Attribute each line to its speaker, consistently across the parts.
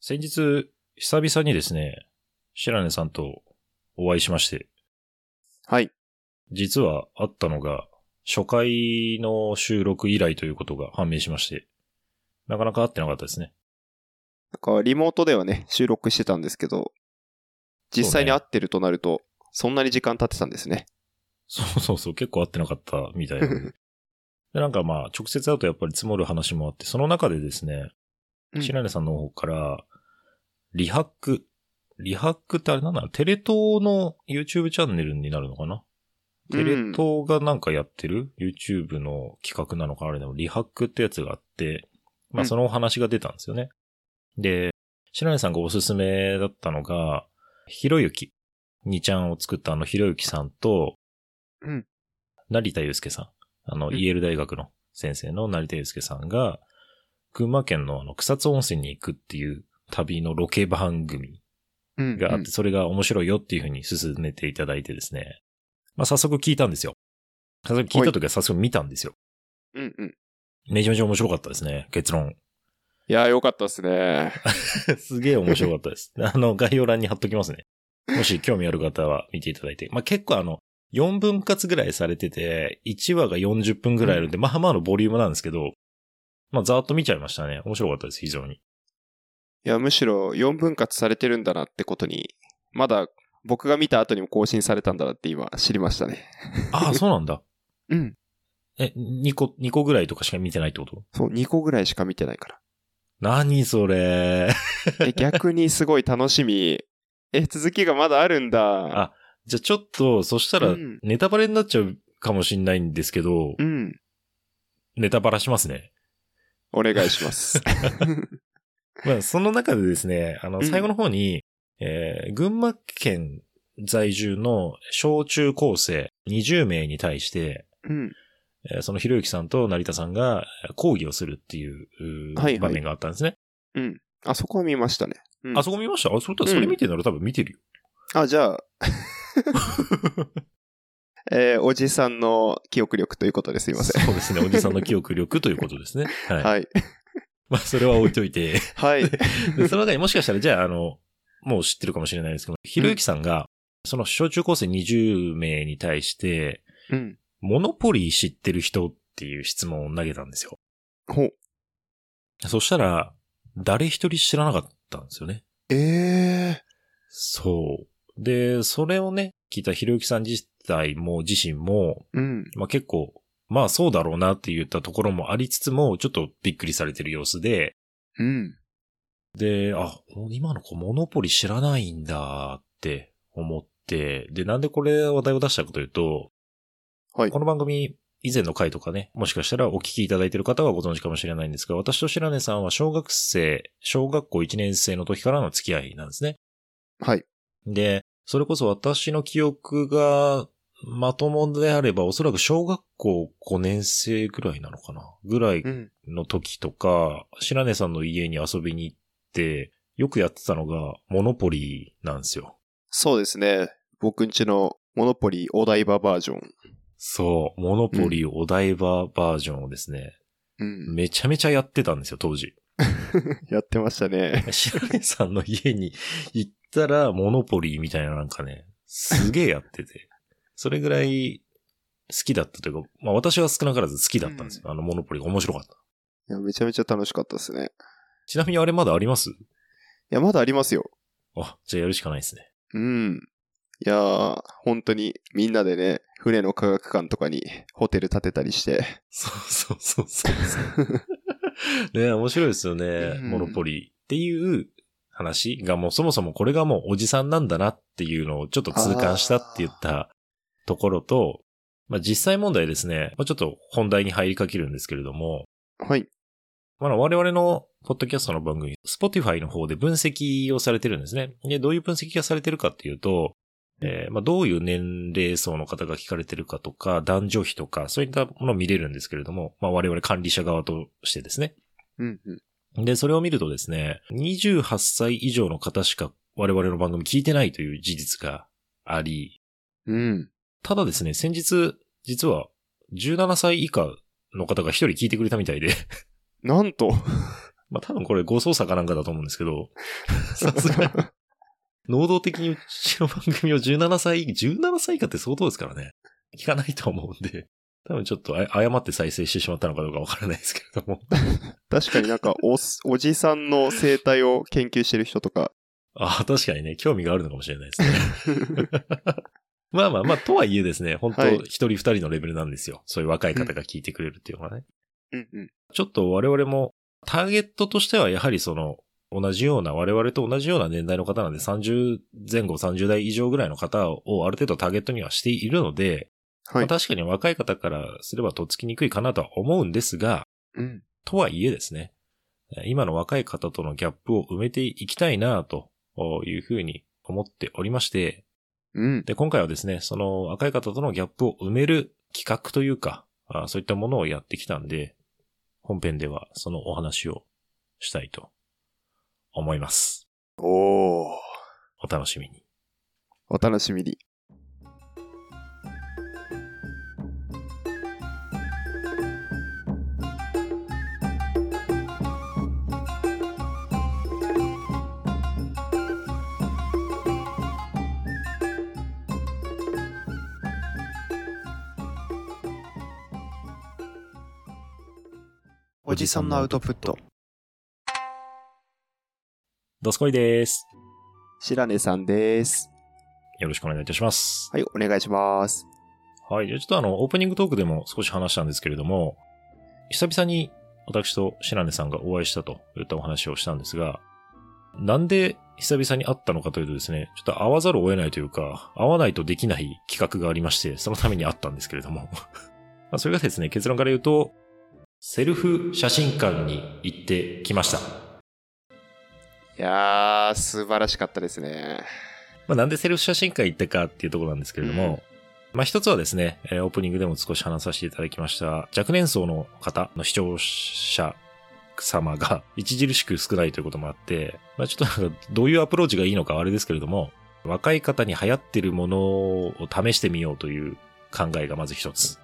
Speaker 1: 先日、久々にですね、白根さんとお会いしまして、
Speaker 2: はい。
Speaker 1: 実はあったのが、初回の収録以来ということが判明しまして、なかなか会ってなかったですね。
Speaker 2: なんか、リモートではね、収録してたんですけど、実際に会ってるとなると、そんなに時間経ってたんですね。
Speaker 1: そうそうそう、結構会ってなかったみたいで。で、なんかまあ、直接会うとやっぱり積もる話もあって、その中でですね、
Speaker 2: うん
Speaker 1: 白根さんの方から、リハック。リハックってあれなんだろうテレ東の YouTube チャンネルになるのかなテレ東がなんかやってる、?YouTube の企画なのかなあれでも、リハックってやつがあって、まあ
Speaker 2: うん
Speaker 1: そのお話が出たんですよね。で、白根さんがおすすめだったのが、ひろゆき。にちゃんを作ったあのひろゆきさんと、
Speaker 2: うん
Speaker 1: 成田祐介さん。あの、
Speaker 2: うん
Speaker 1: イェール大学の先生の成田祐介さんが、群馬県のあの草津温泉に行くっていう旅のロケ番組
Speaker 2: うん
Speaker 1: があ
Speaker 2: う
Speaker 1: っ
Speaker 2: ん
Speaker 1: て、それが面白いよっていうふうに進めていただいてですね。まあ、早速聞いたんですよ。早速聞いたときは早速見たんですよ。
Speaker 2: うんうん。
Speaker 1: めちゃめちゃ面白かったですね。結論。
Speaker 2: いやー、よかったですね。
Speaker 1: すげえ面白かったです。 あの、概要欄に貼っときますね。もし興味ある方は見ていただいて。まあ、結構あの、4分割ぐらいされてて、1話が40分ぐらいあるんで、まあまあのボリュームなんですけど、まあ、ざーっと見ちゃいましたね。面白かったです、非常に。
Speaker 2: いや、むしろ4分割されてるんだなってことに、まだ僕が見た後にも更新されたんだなって今知りましたね。
Speaker 1: ああ、そうなんだ。
Speaker 2: うん。
Speaker 1: え、2個、2個ぐらいとかしか見てないってこと
Speaker 2: そう、2個ぐらいしか見てないか
Speaker 1: 何それ。
Speaker 2: ら。え逆にすごい楽しみ。え、続きがまだあるんだ。
Speaker 1: あじゃあちょっと、そした
Speaker 2: う
Speaker 1: ら
Speaker 2: ん、
Speaker 1: ネタバレになっちゃうかもしんないんですけど、
Speaker 2: うん。
Speaker 1: ネタバラしますね。
Speaker 2: お願い します。
Speaker 1: まあ、その中でですね、あ
Speaker 2: う
Speaker 1: の、
Speaker 2: ん
Speaker 1: 最後の方に、えー、群馬県在住の小中高生20名に対して、
Speaker 2: うん。
Speaker 1: えーそのひろゆきさんと成田さんがえー講義をするっていううー
Speaker 2: はいはい
Speaker 1: 場面があったんですね。
Speaker 2: あそこは見ましたね。うん
Speaker 1: あそこ見ましたあ、それ
Speaker 2: うん
Speaker 1: それ見てんなら多分見てるよ。
Speaker 2: あ、じゃあ。 えーおじさんの記憶力ということですいません。
Speaker 1: そうですね。おじさんの記憶力ということですね。はい。
Speaker 2: はい。
Speaker 1: まあ、それは置いといて。
Speaker 2: はい。
Speaker 1: で、その中にもしかしたら、じゃあ、あの、もう知ってるかもしれないですけど、ひろゆきさんが、その小中高生20名に対して、
Speaker 2: うん。
Speaker 1: モノポリー知ってる人っていう質問を投げたんですよ。
Speaker 2: ほう。
Speaker 1: そしたら、誰一人知らなかったんですよね。
Speaker 2: え
Speaker 1: そう。で、それをね、聞いたひろゆきさん自体も、自身も、
Speaker 2: ー。うん。
Speaker 1: まあ結構、まあそうだろうなって言ったところもありつつも、ちょっとびっくりされてる様子で、
Speaker 2: うん。
Speaker 1: で、あ、今の子モノポリ知らないんだって思って、で、なんでこれ話題を出したかというと、
Speaker 2: はい
Speaker 1: この番組以前の回とかね、もしかしたらお聞きいただいている方はご存知かもしれないんですが、私と白根さんは小学生、小学校1年生の時からの付き合いなんですね。
Speaker 2: はい。
Speaker 1: で、それこそ私の記憶がまともであれば、おそらく小学校5年生ぐらいなのかなぐらい
Speaker 2: うん。
Speaker 1: の時とか、白根さんの家に遊びに行って、よくやってたのが、モノポリーなんですよ。
Speaker 2: そうですね。僕んちのモノポリーお台場バージョン。
Speaker 1: そう、モノポリーお台場バージョンをですね、
Speaker 2: うん。
Speaker 1: めちゃめちゃやってたんですよ、当時。
Speaker 2: やってましたね。
Speaker 1: 白根さんの家に行ったら、モノポリーみたいななんかね、すげえやってて。それぐらい好きだったというか、まあ私は少なからず好きだったんですよ。あのモノポリーが面白かった。
Speaker 2: いや、めちゃめちゃ楽しかったですね。
Speaker 1: ちなみにあれまだあります
Speaker 2: いや、まだありますよ。
Speaker 1: あ、じゃあやるしかないですね。
Speaker 2: うん。いやー、本当にみんなでね、船の科学館とかにホテル建てた りして。
Speaker 1: そうそうそうそうそう。ね面白いですよね。
Speaker 2: うん
Speaker 1: モノポリっていう話がもうそもそもこれがもうおじさんなんだなっていうのをちょっと痛感したって言ったところと、まあ実際問題ですね。まあちょっと本題に入りかけるんですけれども、
Speaker 2: はい。
Speaker 1: まあ、我々のポッドキャストの番組、Spotify の方で分析をされてるんですね。で、どういう分析がされてるかっていうと、えーまあ、どういう年齢層の方が聞かれてるかとか、男女比とか、そういったものを見れるんですけれども、まあ、我々管理者側としてですね。
Speaker 2: うんうん。
Speaker 1: で、それを見るとですね、28歳以上の方しか我々の番組聞いてないという事実があり、
Speaker 2: うん。
Speaker 1: ただですね、先日、実は17歳以下の方が一人聞いてくれたみたいで、
Speaker 2: なんと。
Speaker 1: まあ多分これ誤操作かなんかだと思うんですけど、さすがに、能動的にうちの番組を17歳、17歳以下って相当ですからね。聞かないと思うんで、多分ちょっとあ誤って再生してしまったのかどうかわからないですけれども。
Speaker 2: 確かになんかお、おじさんの生態を研究してる人とか。
Speaker 1: ああ、確かにね、興味があるのかもしれないですね。 まあまあまあ、とはいえですね、本当
Speaker 2: はい
Speaker 1: 一人二人のレベルなんですよ。そういう若い方が聞いてくれるっていうのはね。
Speaker 2: うんうん。
Speaker 1: ちょっと我々も、ターゲットとしてはやはりその、同じような、我々と同じような年代の方なんで、30前後、30代以上ぐらいの方をある程度ターゲットにはしているので、
Speaker 2: は
Speaker 1: まあ
Speaker 2: い。
Speaker 1: 確かに若い方からすればとっつきにくいかなとは思うんですが、
Speaker 2: うん。
Speaker 1: とはいえですね、今の若い方とのギャップを埋めていきたいなというふうに思っておりまして、
Speaker 2: うん。
Speaker 1: で、今回はですね、その若い方とのギャップを埋める企画というか、あそういったものをやってきたんで、本編ではそのお話をしたいと思います。
Speaker 2: おー。
Speaker 1: お楽しみに。
Speaker 2: お楽しみに。
Speaker 1: おじさんのアウト
Speaker 2: プット。
Speaker 1: どすこいです。
Speaker 2: 白根さんです。
Speaker 1: よろしくお願いいたします。
Speaker 2: はい、お願いします。
Speaker 1: はい。じゃあちょっとあの、オープニングトークでも少し話したんですけれども、久々に私と白根さんがお会いしたといったお話をしたんですが、なんで久々に会ったのかというとですね、ちょっと会わざるを得ないというか、会わないとできない企画がありまして、そのために会ったんですけれども。 まあそれがですね、結論から言うと、セルフ写真館に行ってきました。
Speaker 2: いやー、素晴らしかったですね。
Speaker 1: まあ、なんでセルフ写真会行ったかっていうところなんですけれども、まあ、一つはですね、えーオープニングでも少し話させていただきました、若年層の方の視聴者様が 著しく少ないということもあって、まあ、ちょっとなんかどういうアプローチがいいのかはあれですけれども、若い方に流行ってるものを試してみようという考えがまず一つ。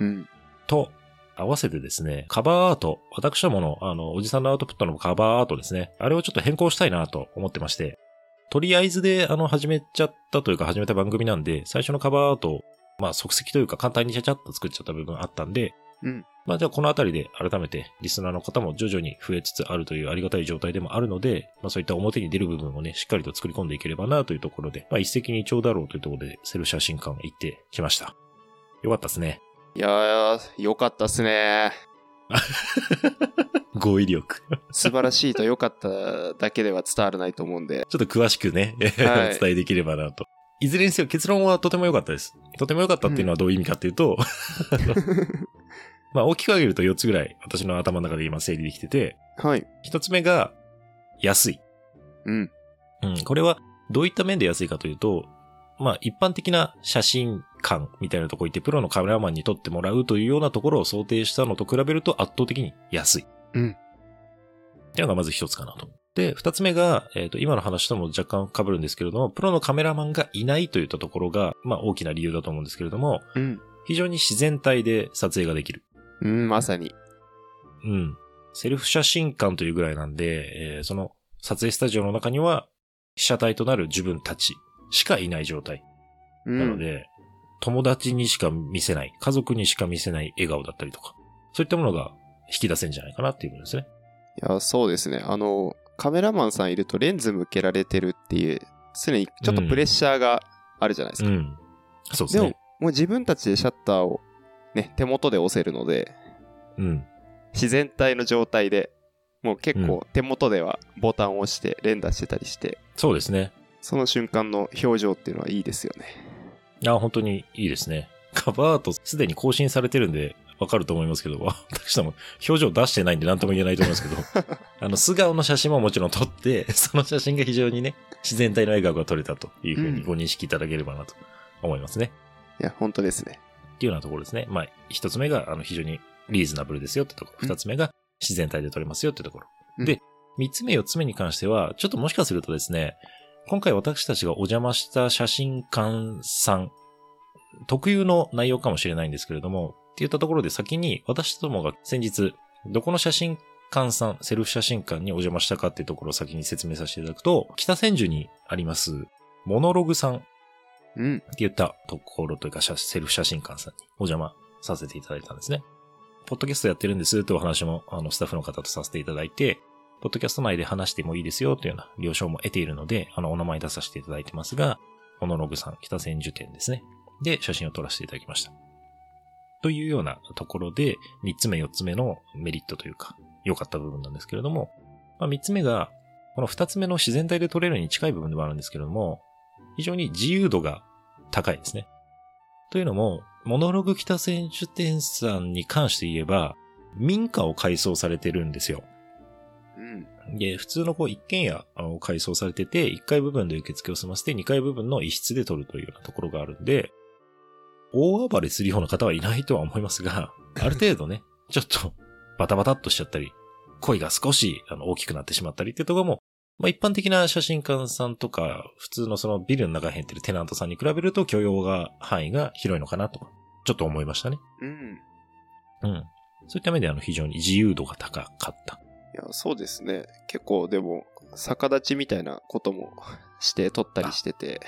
Speaker 2: うん。
Speaker 1: と、合わせてですね、カバーアート、私どもの、あの、おじさんのアウトプットのカバーアートですね、あれをちょっと変更したいなと思ってまして、とりあえずで、あの、始めちゃったというか、始めた番組なんで、最初のカバーアートを、まあ、即席というか、簡単にちゃちゃっと作っちゃった部分あったんで、
Speaker 2: うん
Speaker 1: まあ、じゃあ、このあたりで、改めて、リスナーの方も徐々に増えつつあるというありがたい状態でもあるので、まあ、そういった表に出る部分をね、しっかりと作り込んでいければなというところで、まあ、一石二鳥だろうというところで、セルフ写真館行ってきました。よかったですね。
Speaker 2: いやー、よかったっすね。
Speaker 1: 語彙力。
Speaker 2: 素晴らしいと良かっただけでは伝わらないと思うんで。
Speaker 1: ちょっと詳しくね、
Speaker 2: は い
Speaker 1: お伝えできればなと。いずれにせよ結論はとても良かったです。とても良かったっていうのはどういう意味かっていうと、 まあ大きく挙げると4つぐらい私の頭の中で今整理できてて、
Speaker 2: はい。
Speaker 1: 1つ目が安い。
Speaker 2: うん。
Speaker 1: うん、これはどういった面で安いかというと、まあ一般的な写真館みたいなとこ行ってプロのカメラマンに撮ってもらうというようなところを想定したのと比べると圧倒的に安い。
Speaker 2: うん
Speaker 1: っていうのがまず一つかなと。で、二つ目が、えっ、と、今の話とも若干被るんですけれども、プロのカメラマンがいないといったところが、まあ大きな理由だと思うんですけれども、
Speaker 2: うん。
Speaker 1: 非常に自然体で撮影ができる。
Speaker 2: うん、まさに。
Speaker 1: うん。セルフ写真館というぐらいなんで、えーその撮影スタジオの中には、被写体となる自分たちしかいない状態。
Speaker 2: うん、
Speaker 1: なので、友達にしか見せない、家族にしか見せない笑顔だったりとか、そういったものが引き出せんじゃないかなっていうことですね。
Speaker 2: いや、そうですね。あの、カメラマンさんいるとレンズ向けられてるっていう、常にちょっとプレッシャーがあるじゃないです
Speaker 1: う
Speaker 2: か。
Speaker 1: ん。そうです
Speaker 2: でも、
Speaker 1: ね。
Speaker 2: もう自分たちでシャッターをね、手元で押せるので、
Speaker 1: うん。
Speaker 2: 自然体の状態で、もう結構手元ではボタンを押して連打してたりして、
Speaker 1: そうですね。
Speaker 2: その瞬間の表情っていうのはいいですよね。
Speaker 1: あ、本当にいいですね。カバーアートすでに更新されてるんで、わかると思いますけど、 わ私ども表情出してないんで何とも言えないと思いますけど、あの、素顔の写真ももちろん撮って、その写真が非常にね、自然体の笑顔が撮れたというふうに
Speaker 2: うん
Speaker 1: ご認識いただければなと思いますね。
Speaker 2: いや、本当ですね。
Speaker 1: っていうようなところですね。まあ、一つ目が、あの、非常にリーズナブルですよってところ。
Speaker 2: うん
Speaker 1: 二つ目が、自然体で撮れますよってところ。
Speaker 2: うん
Speaker 1: で、三つ目、四つ目に関しては、ちょっともしかするとですね、今回私たちがお邪魔した写真館さん、特有の内容かもしれないんですけれども、って言ったところで先に、私どもが先日、どこの写真館さん、セルフ写真館にお邪魔したかっていうところを先に説明させていただくと、北千住にあります、モノログさん
Speaker 2: うん。
Speaker 1: って言ったところというか、写セルフ写真館さんにお邪魔させていただいたんですね。ポッドキャストやってるんですというお話も、あの、スタッフの方とさせていただいて、ポッドキャスト内で話してもいいですよというような了承も得ているので、あの、お名前出させていただいてますが、モノログさん、北千住店ですね。で、写真を撮らせていただきました。というようなところで、3つ目4つ目のメリットというか、良かった部分なんですけれども、まあ、3つ目が、この2つ目の自然体で撮れるに近い部分でもあるんですけれども、非常に自由度が高いですね。というのも、モノログ北千住店さんに関して言えば、民家を改装されてるんですよ。
Speaker 2: うん。
Speaker 1: で、普通のこう一軒家を改装されてて、1階部分で受付を済ませて、2階部分の一室で取るというようなところがあるんで、大暴れするような方はいないとは思いますが、ある程度ね、ちょっとバタバタっとしちゃったり、声が少しあの大きくなってしまったりっていうところも、まあ一般的な写真館さんとか、普通のそのビルの中に入ってるテナントさんに比べると許容が、範囲が広いのかなと、ちょっと思いましたね。
Speaker 2: うん。
Speaker 1: うん。そういった面であの非常に自由度が高かった。
Speaker 2: いや、そうですね。結構でも、逆立ちみたいなことも して撮ったりしてて。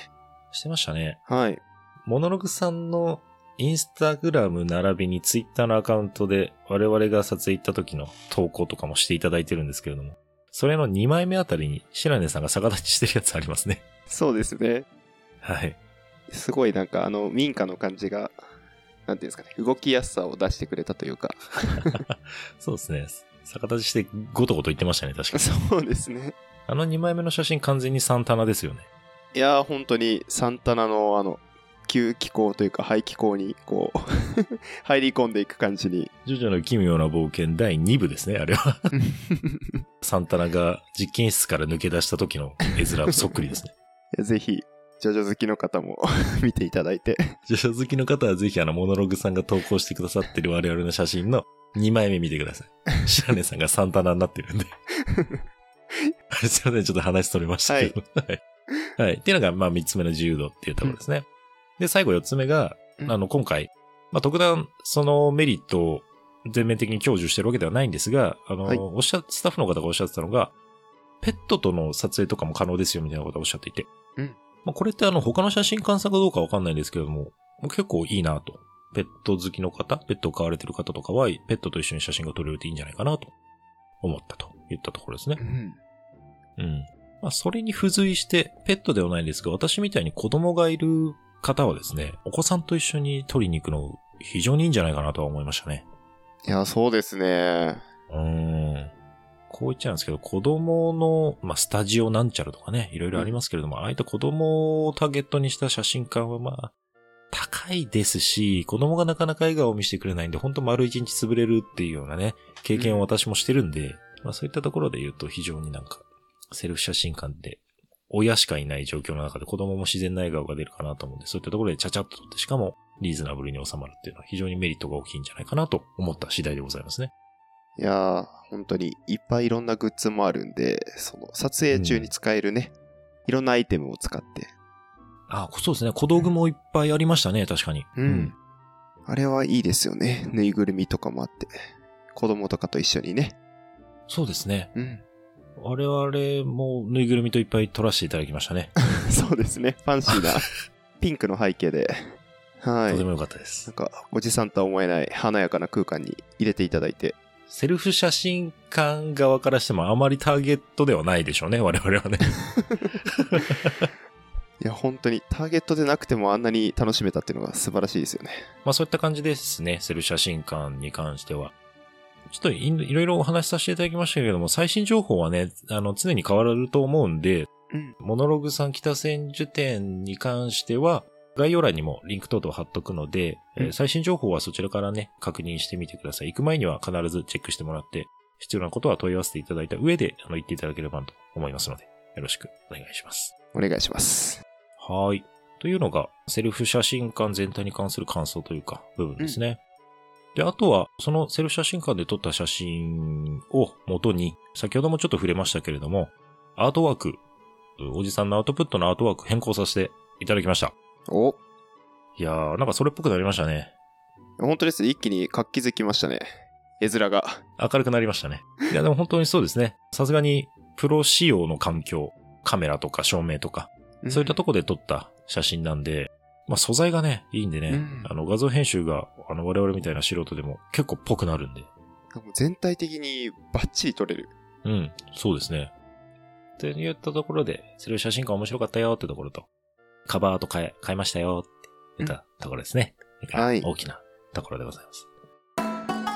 Speaker 1: してましたね。
Speaker 2: はい。
Speaker 1: モノログさんのインスタグラム並びにツイッターのアカウントで我々が撮影行った時の投稿とかもしていただいてるんですけれども、それの2枚目あたりに白根さんが逆立ちしてるやつありますね。
Speaker 2: そうですね。
Speaker 1: はい。
Speaker 2: すごいなんかあの民家の感じが、なんていうんですかね、動きやすさを出してくれたというか。
Speaker 1: そうですね。逆立ちしてごとごと言ってましたね、 確かに。
Speaker 2: そうですね。
Speaker 1: あの2枚目の写真完全にサンタナですよね。
Speaker 2: いやー、本当にサンタナのあの、急気候というか排気候にこう、 入り込んでいく感じに。
Speaker 1: ジョジョの奇妙な冒険第2部ですね、あれは。サンタナが実験室から抜け出した時の絵面そっくりですね。
Speaker 2: ぜひ、ジョジョ好きの方も 見ていただいて。
Speaker 1: 女子好きの方はぜひあの、モノログさんが投稿してくださってる我々の写真の2枚目見てくださ い。白根さんがサンタナになってるんで。あれすいません、ちょっと話それましたけど。はい。はい。っていうのが、まあ、3つ目の自由度っていうところですね。で、最後4つ目が、
Speaker 2: うん
Speaker 1: あの、今回、まあ、特段、そのメリットを全面的に享受してるわけではないんですが、あの、
Speaker 2: はい
Speaker 1: おっしゃ、スタッフの方がおっしゃってたのが、ペットとの撮影とかも可能ですよみたいなことをおっしゃっていて。
Speaker 2: うん
Speaker 1: まあ、これってあの、他の写真観察かどうかわかんないんですけれども、結構いいなと。ペット好きの方、ペットを飼われてる方とかは、ペットと一緒に写真が撮れるといいんじゃないかなと思ったと言ったところですね。
Speaker 2: うん。
Speaker 1: うん。まあ、それに付随して、ペットではないんですが、私みたいに子供がいる方はですね、お子さんと一緒に取りに行くの、非常にいいんじゃないかなとは思いましたね。
Speaker 2: いや、そうですね。
Speaker 1: うーん。こう言っちゃうんですけど、子供の、まあ、スタジオなんちゃらとかね、いろいろありますけれども、ああいった子供をターゲットにした写真館は、まあ、高いですし、子供がなかなか笑顔を見せてくれないんで、ほんと丸一日潰れるっていうようなね、経験を私もしてるんで、まあそういったところで言うと非常になんか、セルフ写真館で、親しかいない状況の中で子供も自然な笑顔が出るかなと思うんで、そういったところでちゃちゃっと撮って、しかもリーズナブルに収まるっていうのは非常にメリットが大きいんじゃないかなと思った次第でございますね。
Speaker 2: いやー、本当にいっぱいいろんなグッズもあるんで、その撮影中に使えるね、いろんなアイテムを使って。
Speaker 1: あ、そうですね。小道具もいっぱいありましたね、確かに。
Speaker 2: うん。あれはいいですよね。ぬいぐるみとかもあって。子供とかと一緒にね。
Speaker 1: そうですね。
Speaker 2: うん。
Speaker 1: 我々もぬいぐるみといっぱい撮らせていただきましたね。
Speaker 2: そうですね。ファンシー なピンクの背景で。はい。
Speaker 1: とて
Speaker 2: な
Speaker 1: も良かったです
Speaker 2: ん。か、おじさんとは思えない華やかな空間に入れていただいて。
Speaker 1: セルフ写真館側からしてもあまりターゲットではないでしょうね、我々はね。
Speaker 2: いや、本当にターゲットでなくてもあんなに楽しめたっていうのが素晴らしいですよね。
Speaker 1: まあそういった感じですね、セル写真館に関しては。ちょっといいろいろお話しさせていただきましたけれども、最新情報はね、あの、常に変わると思うんで、
Speaker 2: うん
Speaker 1: モノログさん北千住店に関しては、概要欄にもリンク等々貼っとくので、えー
Speaker 2: うん
Speaker 1: 最新情報はそちらからね、確認してみてください。行く前には必ずチェックしてもらって、必要なことは問い合わせていただいた上で、あの、行っていただければと思いますので、よろしくお願いします。
Speaker 2: お願いします。
Speaker 1: はーい。というのが、セルフ写真館全体に関する感想というか、部分ですね。で、あとは、そのセルフ写真館で撮った写真を元に、先ほどもちょっと触れましたけれども、アートワーク、おじさんのアウトプットのアートワーク変更させていただきました。
Speaker 2: お
Speaker 1: いやー、なんかそれっぽくなりましたね。
Speaker 2: 本当ですね。一気に活気づきましたね。絵面が。
Speaker 1: 明るくなりましたね。いや、でも本当にそうですね。さすがに、プロ仕様の環境、カメラとか照明とか、そういったとこで撮った写真なんで、まあ素材がね、いいんでね、
Speaker 2: うん
Speaker 1: あの画像編集が、あの我々みたいな素人でも結構っぽくなるんで。
Speaker 2: こ。もう全体的にバッチリ撮れる。
Speaker 1: うん、そうですね。って言ったところで、それを写真館面白かったよってところと、カバーと変え、変えましたよって言ったところですね。
Speaker 2: はい
Speaker 1: 大きなところでございます。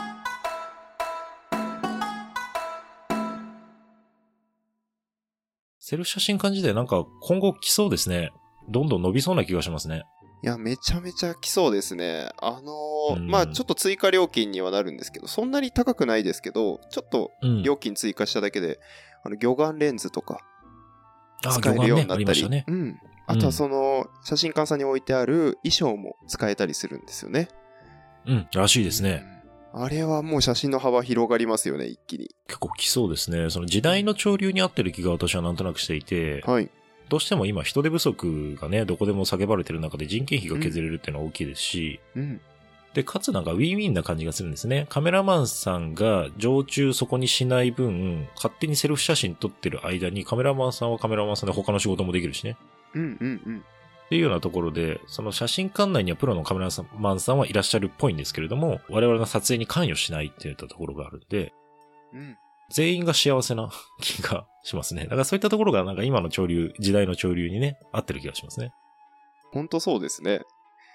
Speaker 1: セルフ写真館時代なんか今後来そうですね。どんどん伸びそうな気がしますね。
Speaker 2: いや、めちゃめちゃ来そうですね。あのー
Speaker 1: うん
Speaker 2: まあちょっと追加料金にはなるんですけど、そんなに高くないですけど、ちょっと
Speaker 1: うん。
Speaker 2: 料金追加しただけで、あの、魚眼レンズとか
Speaker 1: あ、
Speaker 2: 使
Speaker 1: 魚
Speaker 2: える
Speaker 1: 眼
Speaker 2: よう
Speaker 1: ね
Speaker 2: に、な
Speaker 1: あ
Speaker 2: っ
Speaker 1: り
Speaker 2: た
Speaker 1: ま
Speaker 2: り、
Speaker 1: したね。
Speaker 2: うん。あとはその、写真館さんに置いてある衣装も使えたりするんですよね。
Speaker 1: うん、らしいですね。
Speaker 2: うん。あれはもう写真の幅広がりますよね、一気に。
Speaker 1: 結構来そうですね。その時代の潮流に合ってる気が私はなんとなくしていて、
Speaker 2: はい。
Speaker 1: どうしても今人手不足がね、どこでも叫ばれてる中で人件費が削れるっていうのは大きいですし、
Speaker 2: うん。
Speaker 1: で、かつなんかウィンウィンな感じがするんですね。カメラマンさんが常駐そこにしない分、勝手にセルフ写真撮ってる間にカメラマンさんはカメラマンさんで他の仕事もできるしね。
Speaker 2: うんうんうん。
Speaker 1: っていうようなところで、その写真館内にはプロのカメラマンさんはいらっしゃるっぽいんですけれども、我々の撮影に関与しないっていったところがあるんで、
Speaker 2: うん。
Speaker 1: 全員が幸せな 気がしますね。だからそういったところがなんか今の潮流、時代の潮流にね、合ってる気がしますね。
Speaker 2: ほんとそうですね。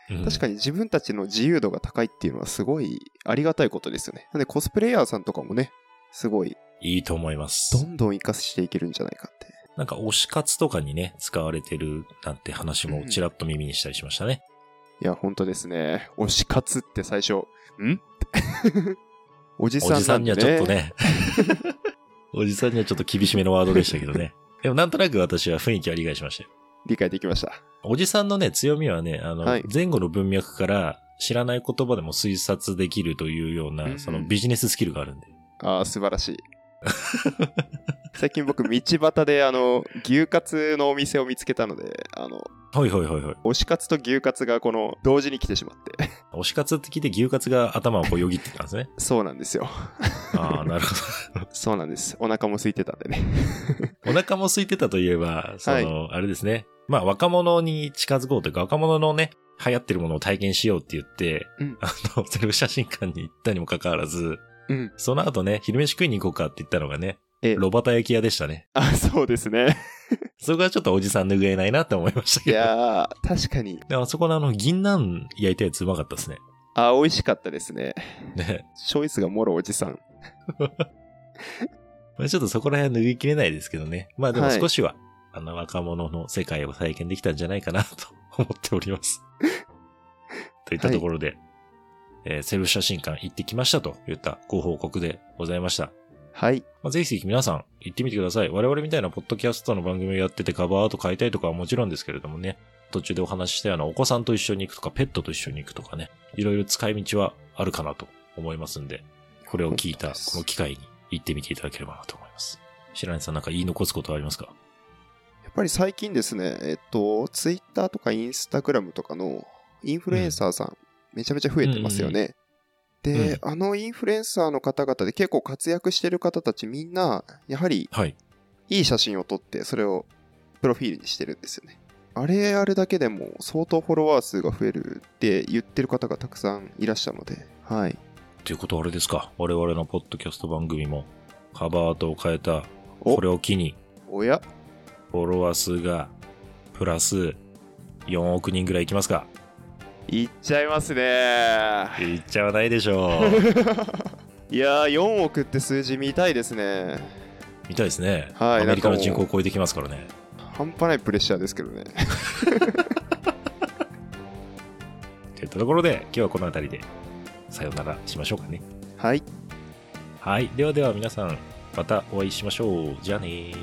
Speaker 1: うん
Speaker 2: 確かに自分たちの自由度が高いっていうのはすごいありがたいことですよね。なんでコスプレイヤーさんとかもね、すごい
Speaker 1: いいと思います。
Speaker 2: どんどん活かしていけるんじゃないかって。
Speaker 1: なんか推し活とかにね、使われてるなんて話もちらっと耳にしたりしましたね。
Speaker 2: いや、ほんとですね。推し活って最初、んって おじさん
Speaker 1: お
Speaker 2: なんで、ね、
Speaker 1: じさんにはちょっと。ね、 おじさんにはちょっと厳しめのワードでしたけど ね。でもなんとなく私は雰囲気は理解しましたよ。
Speaker 2: 理解できました。
Speaker 1: おじさんのね、強みはね、あの、
Speaker 2: はい
Speaker 1: 前後の文脈から知らない言葉でも推察できるというよう
Speaker 2: うんう
Speaker 1: な、
Speaker 2: ん
Speaker 1: そのビジネススキルがあるんで。
Speaker 2: ああ、素晴らしい。 最近僕、道端で、あの、牛カツのお店を見つけたので、あの、
Speaker 1: はいはいはいはい。
Speaker 2: 推し活と牛カツがこの、同時に来てしまって。。
Speaker 1: 推し活って聞いて牛カツが頭をこうよぎってたんですね
Speaker 2: そうなんですよ。
Speaker 1: ああ、なるほど。
Speaker 2: そうなんです。お腹も空いてたんでね。
Speaker 1: お腹も空いてたといえば、その、あれですね。まあ、若者に近づこうというか、若者のね、流行ってるものを体験しようって言って、
Speaker 2: うん
Speaker 1: あの、セルフ写真館に行ったにもかかわらず、
Speaker 2: うん。
Speaker 1: その後ね、昼飯食いに行こうかって言ったのがね、
Speaker 2: ええ
Speaker 1: ロバタ焼き屋でしたね。
Speaker 2: あ、そうですね。
Speaker 1: そこはちょっとおじさん拭えないなって思いました
Speaker 2: い
Speaker 1: けど。
Speaker 2: やー、確かに。
Speaker 1: でもあそこのあの、銀杏焼いたやつうまかったですね。
Speaker 2: あ、美味しかったですね。
Speaker 1: ね。
Speaker 2: チョイスがもろおじさん。
Speaker 1: まあちょっとそこら辺は拭いきれないですけどね。まあでも
Speaker 2: はい
Speaker 1: 少しは、あの若者の世界を体験できたんじゃないかなと 思っており ます。といったところで、えーセルフ写真館行ってきましたといったご報告でございました。
Speaker 2: はい。
Speaker 1: まあ、ぜひぜひ皆さん行ってみてください。我々みたいなポッドキャストの番組をやっててカバーアート買いたいとかはもちろんですけれどもね、途中でお話ししたようなお子さんと一緒に行くとか、ペットと一緒に行くとかね、いろいろ使い道はあるかなと思いますんで、これを聞いた
Speaker 2: 本当です
Speaker 1: この機会に行ってみていただければなと思います。白根さんなんか言い残すことはありますか
Speaker 2: やっぱり最近ですね、えっと、ツイッターとかインスタグラムとかのインフルエンサーさん、めちゃめちゃ増えてますよね。で、あのインフルエンサーの方々で結構活躍してる方たちみんな、やはり
Speaker 1: はい。
Speaker 2: いい写真を撮って、それをプロフィールにしてるんですよね。あれあれだけでも相当フォロワー数が増えるって言ってる方がたくさんいらっしゃるので、はい。
Speaker 1: ということはあれですか我々のポッドキャスト番組もカバーアートを変えた、
Speaker 2: お
Speaker 1: これを機に、
Speaker 2: おや
Speaker 1: フォロワー数が、プラス4億人ぐらいいきますか
Speaker 2: いっちゃいますね。
Speaker 1: いっちゃわないでし ょう。
Speaker 2: いやー、4億って数字見たいですね。
Speaker 1: みたいですね。
Speaker 2: はい
Speaker 1: アメリカの
Speaker 2: なんか
Speaker 1: 人
Speaker 2: もう
Speaker 1: 口を超えてきますからね。
Speaker 2: 半端ないプレッシャーですけどね。
Speaker 1: といったところで、今日はこの辺りで、さようならしましょうかね。
Speaker 2: はい。
Speaker 1: はい。ではでは皆さん、またお会いしましょう。じゃあねー。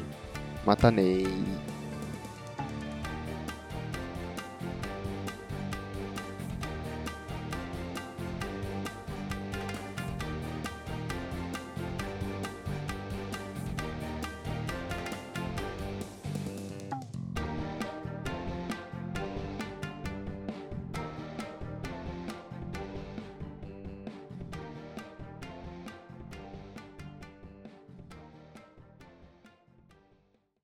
Speaker 2: またねー。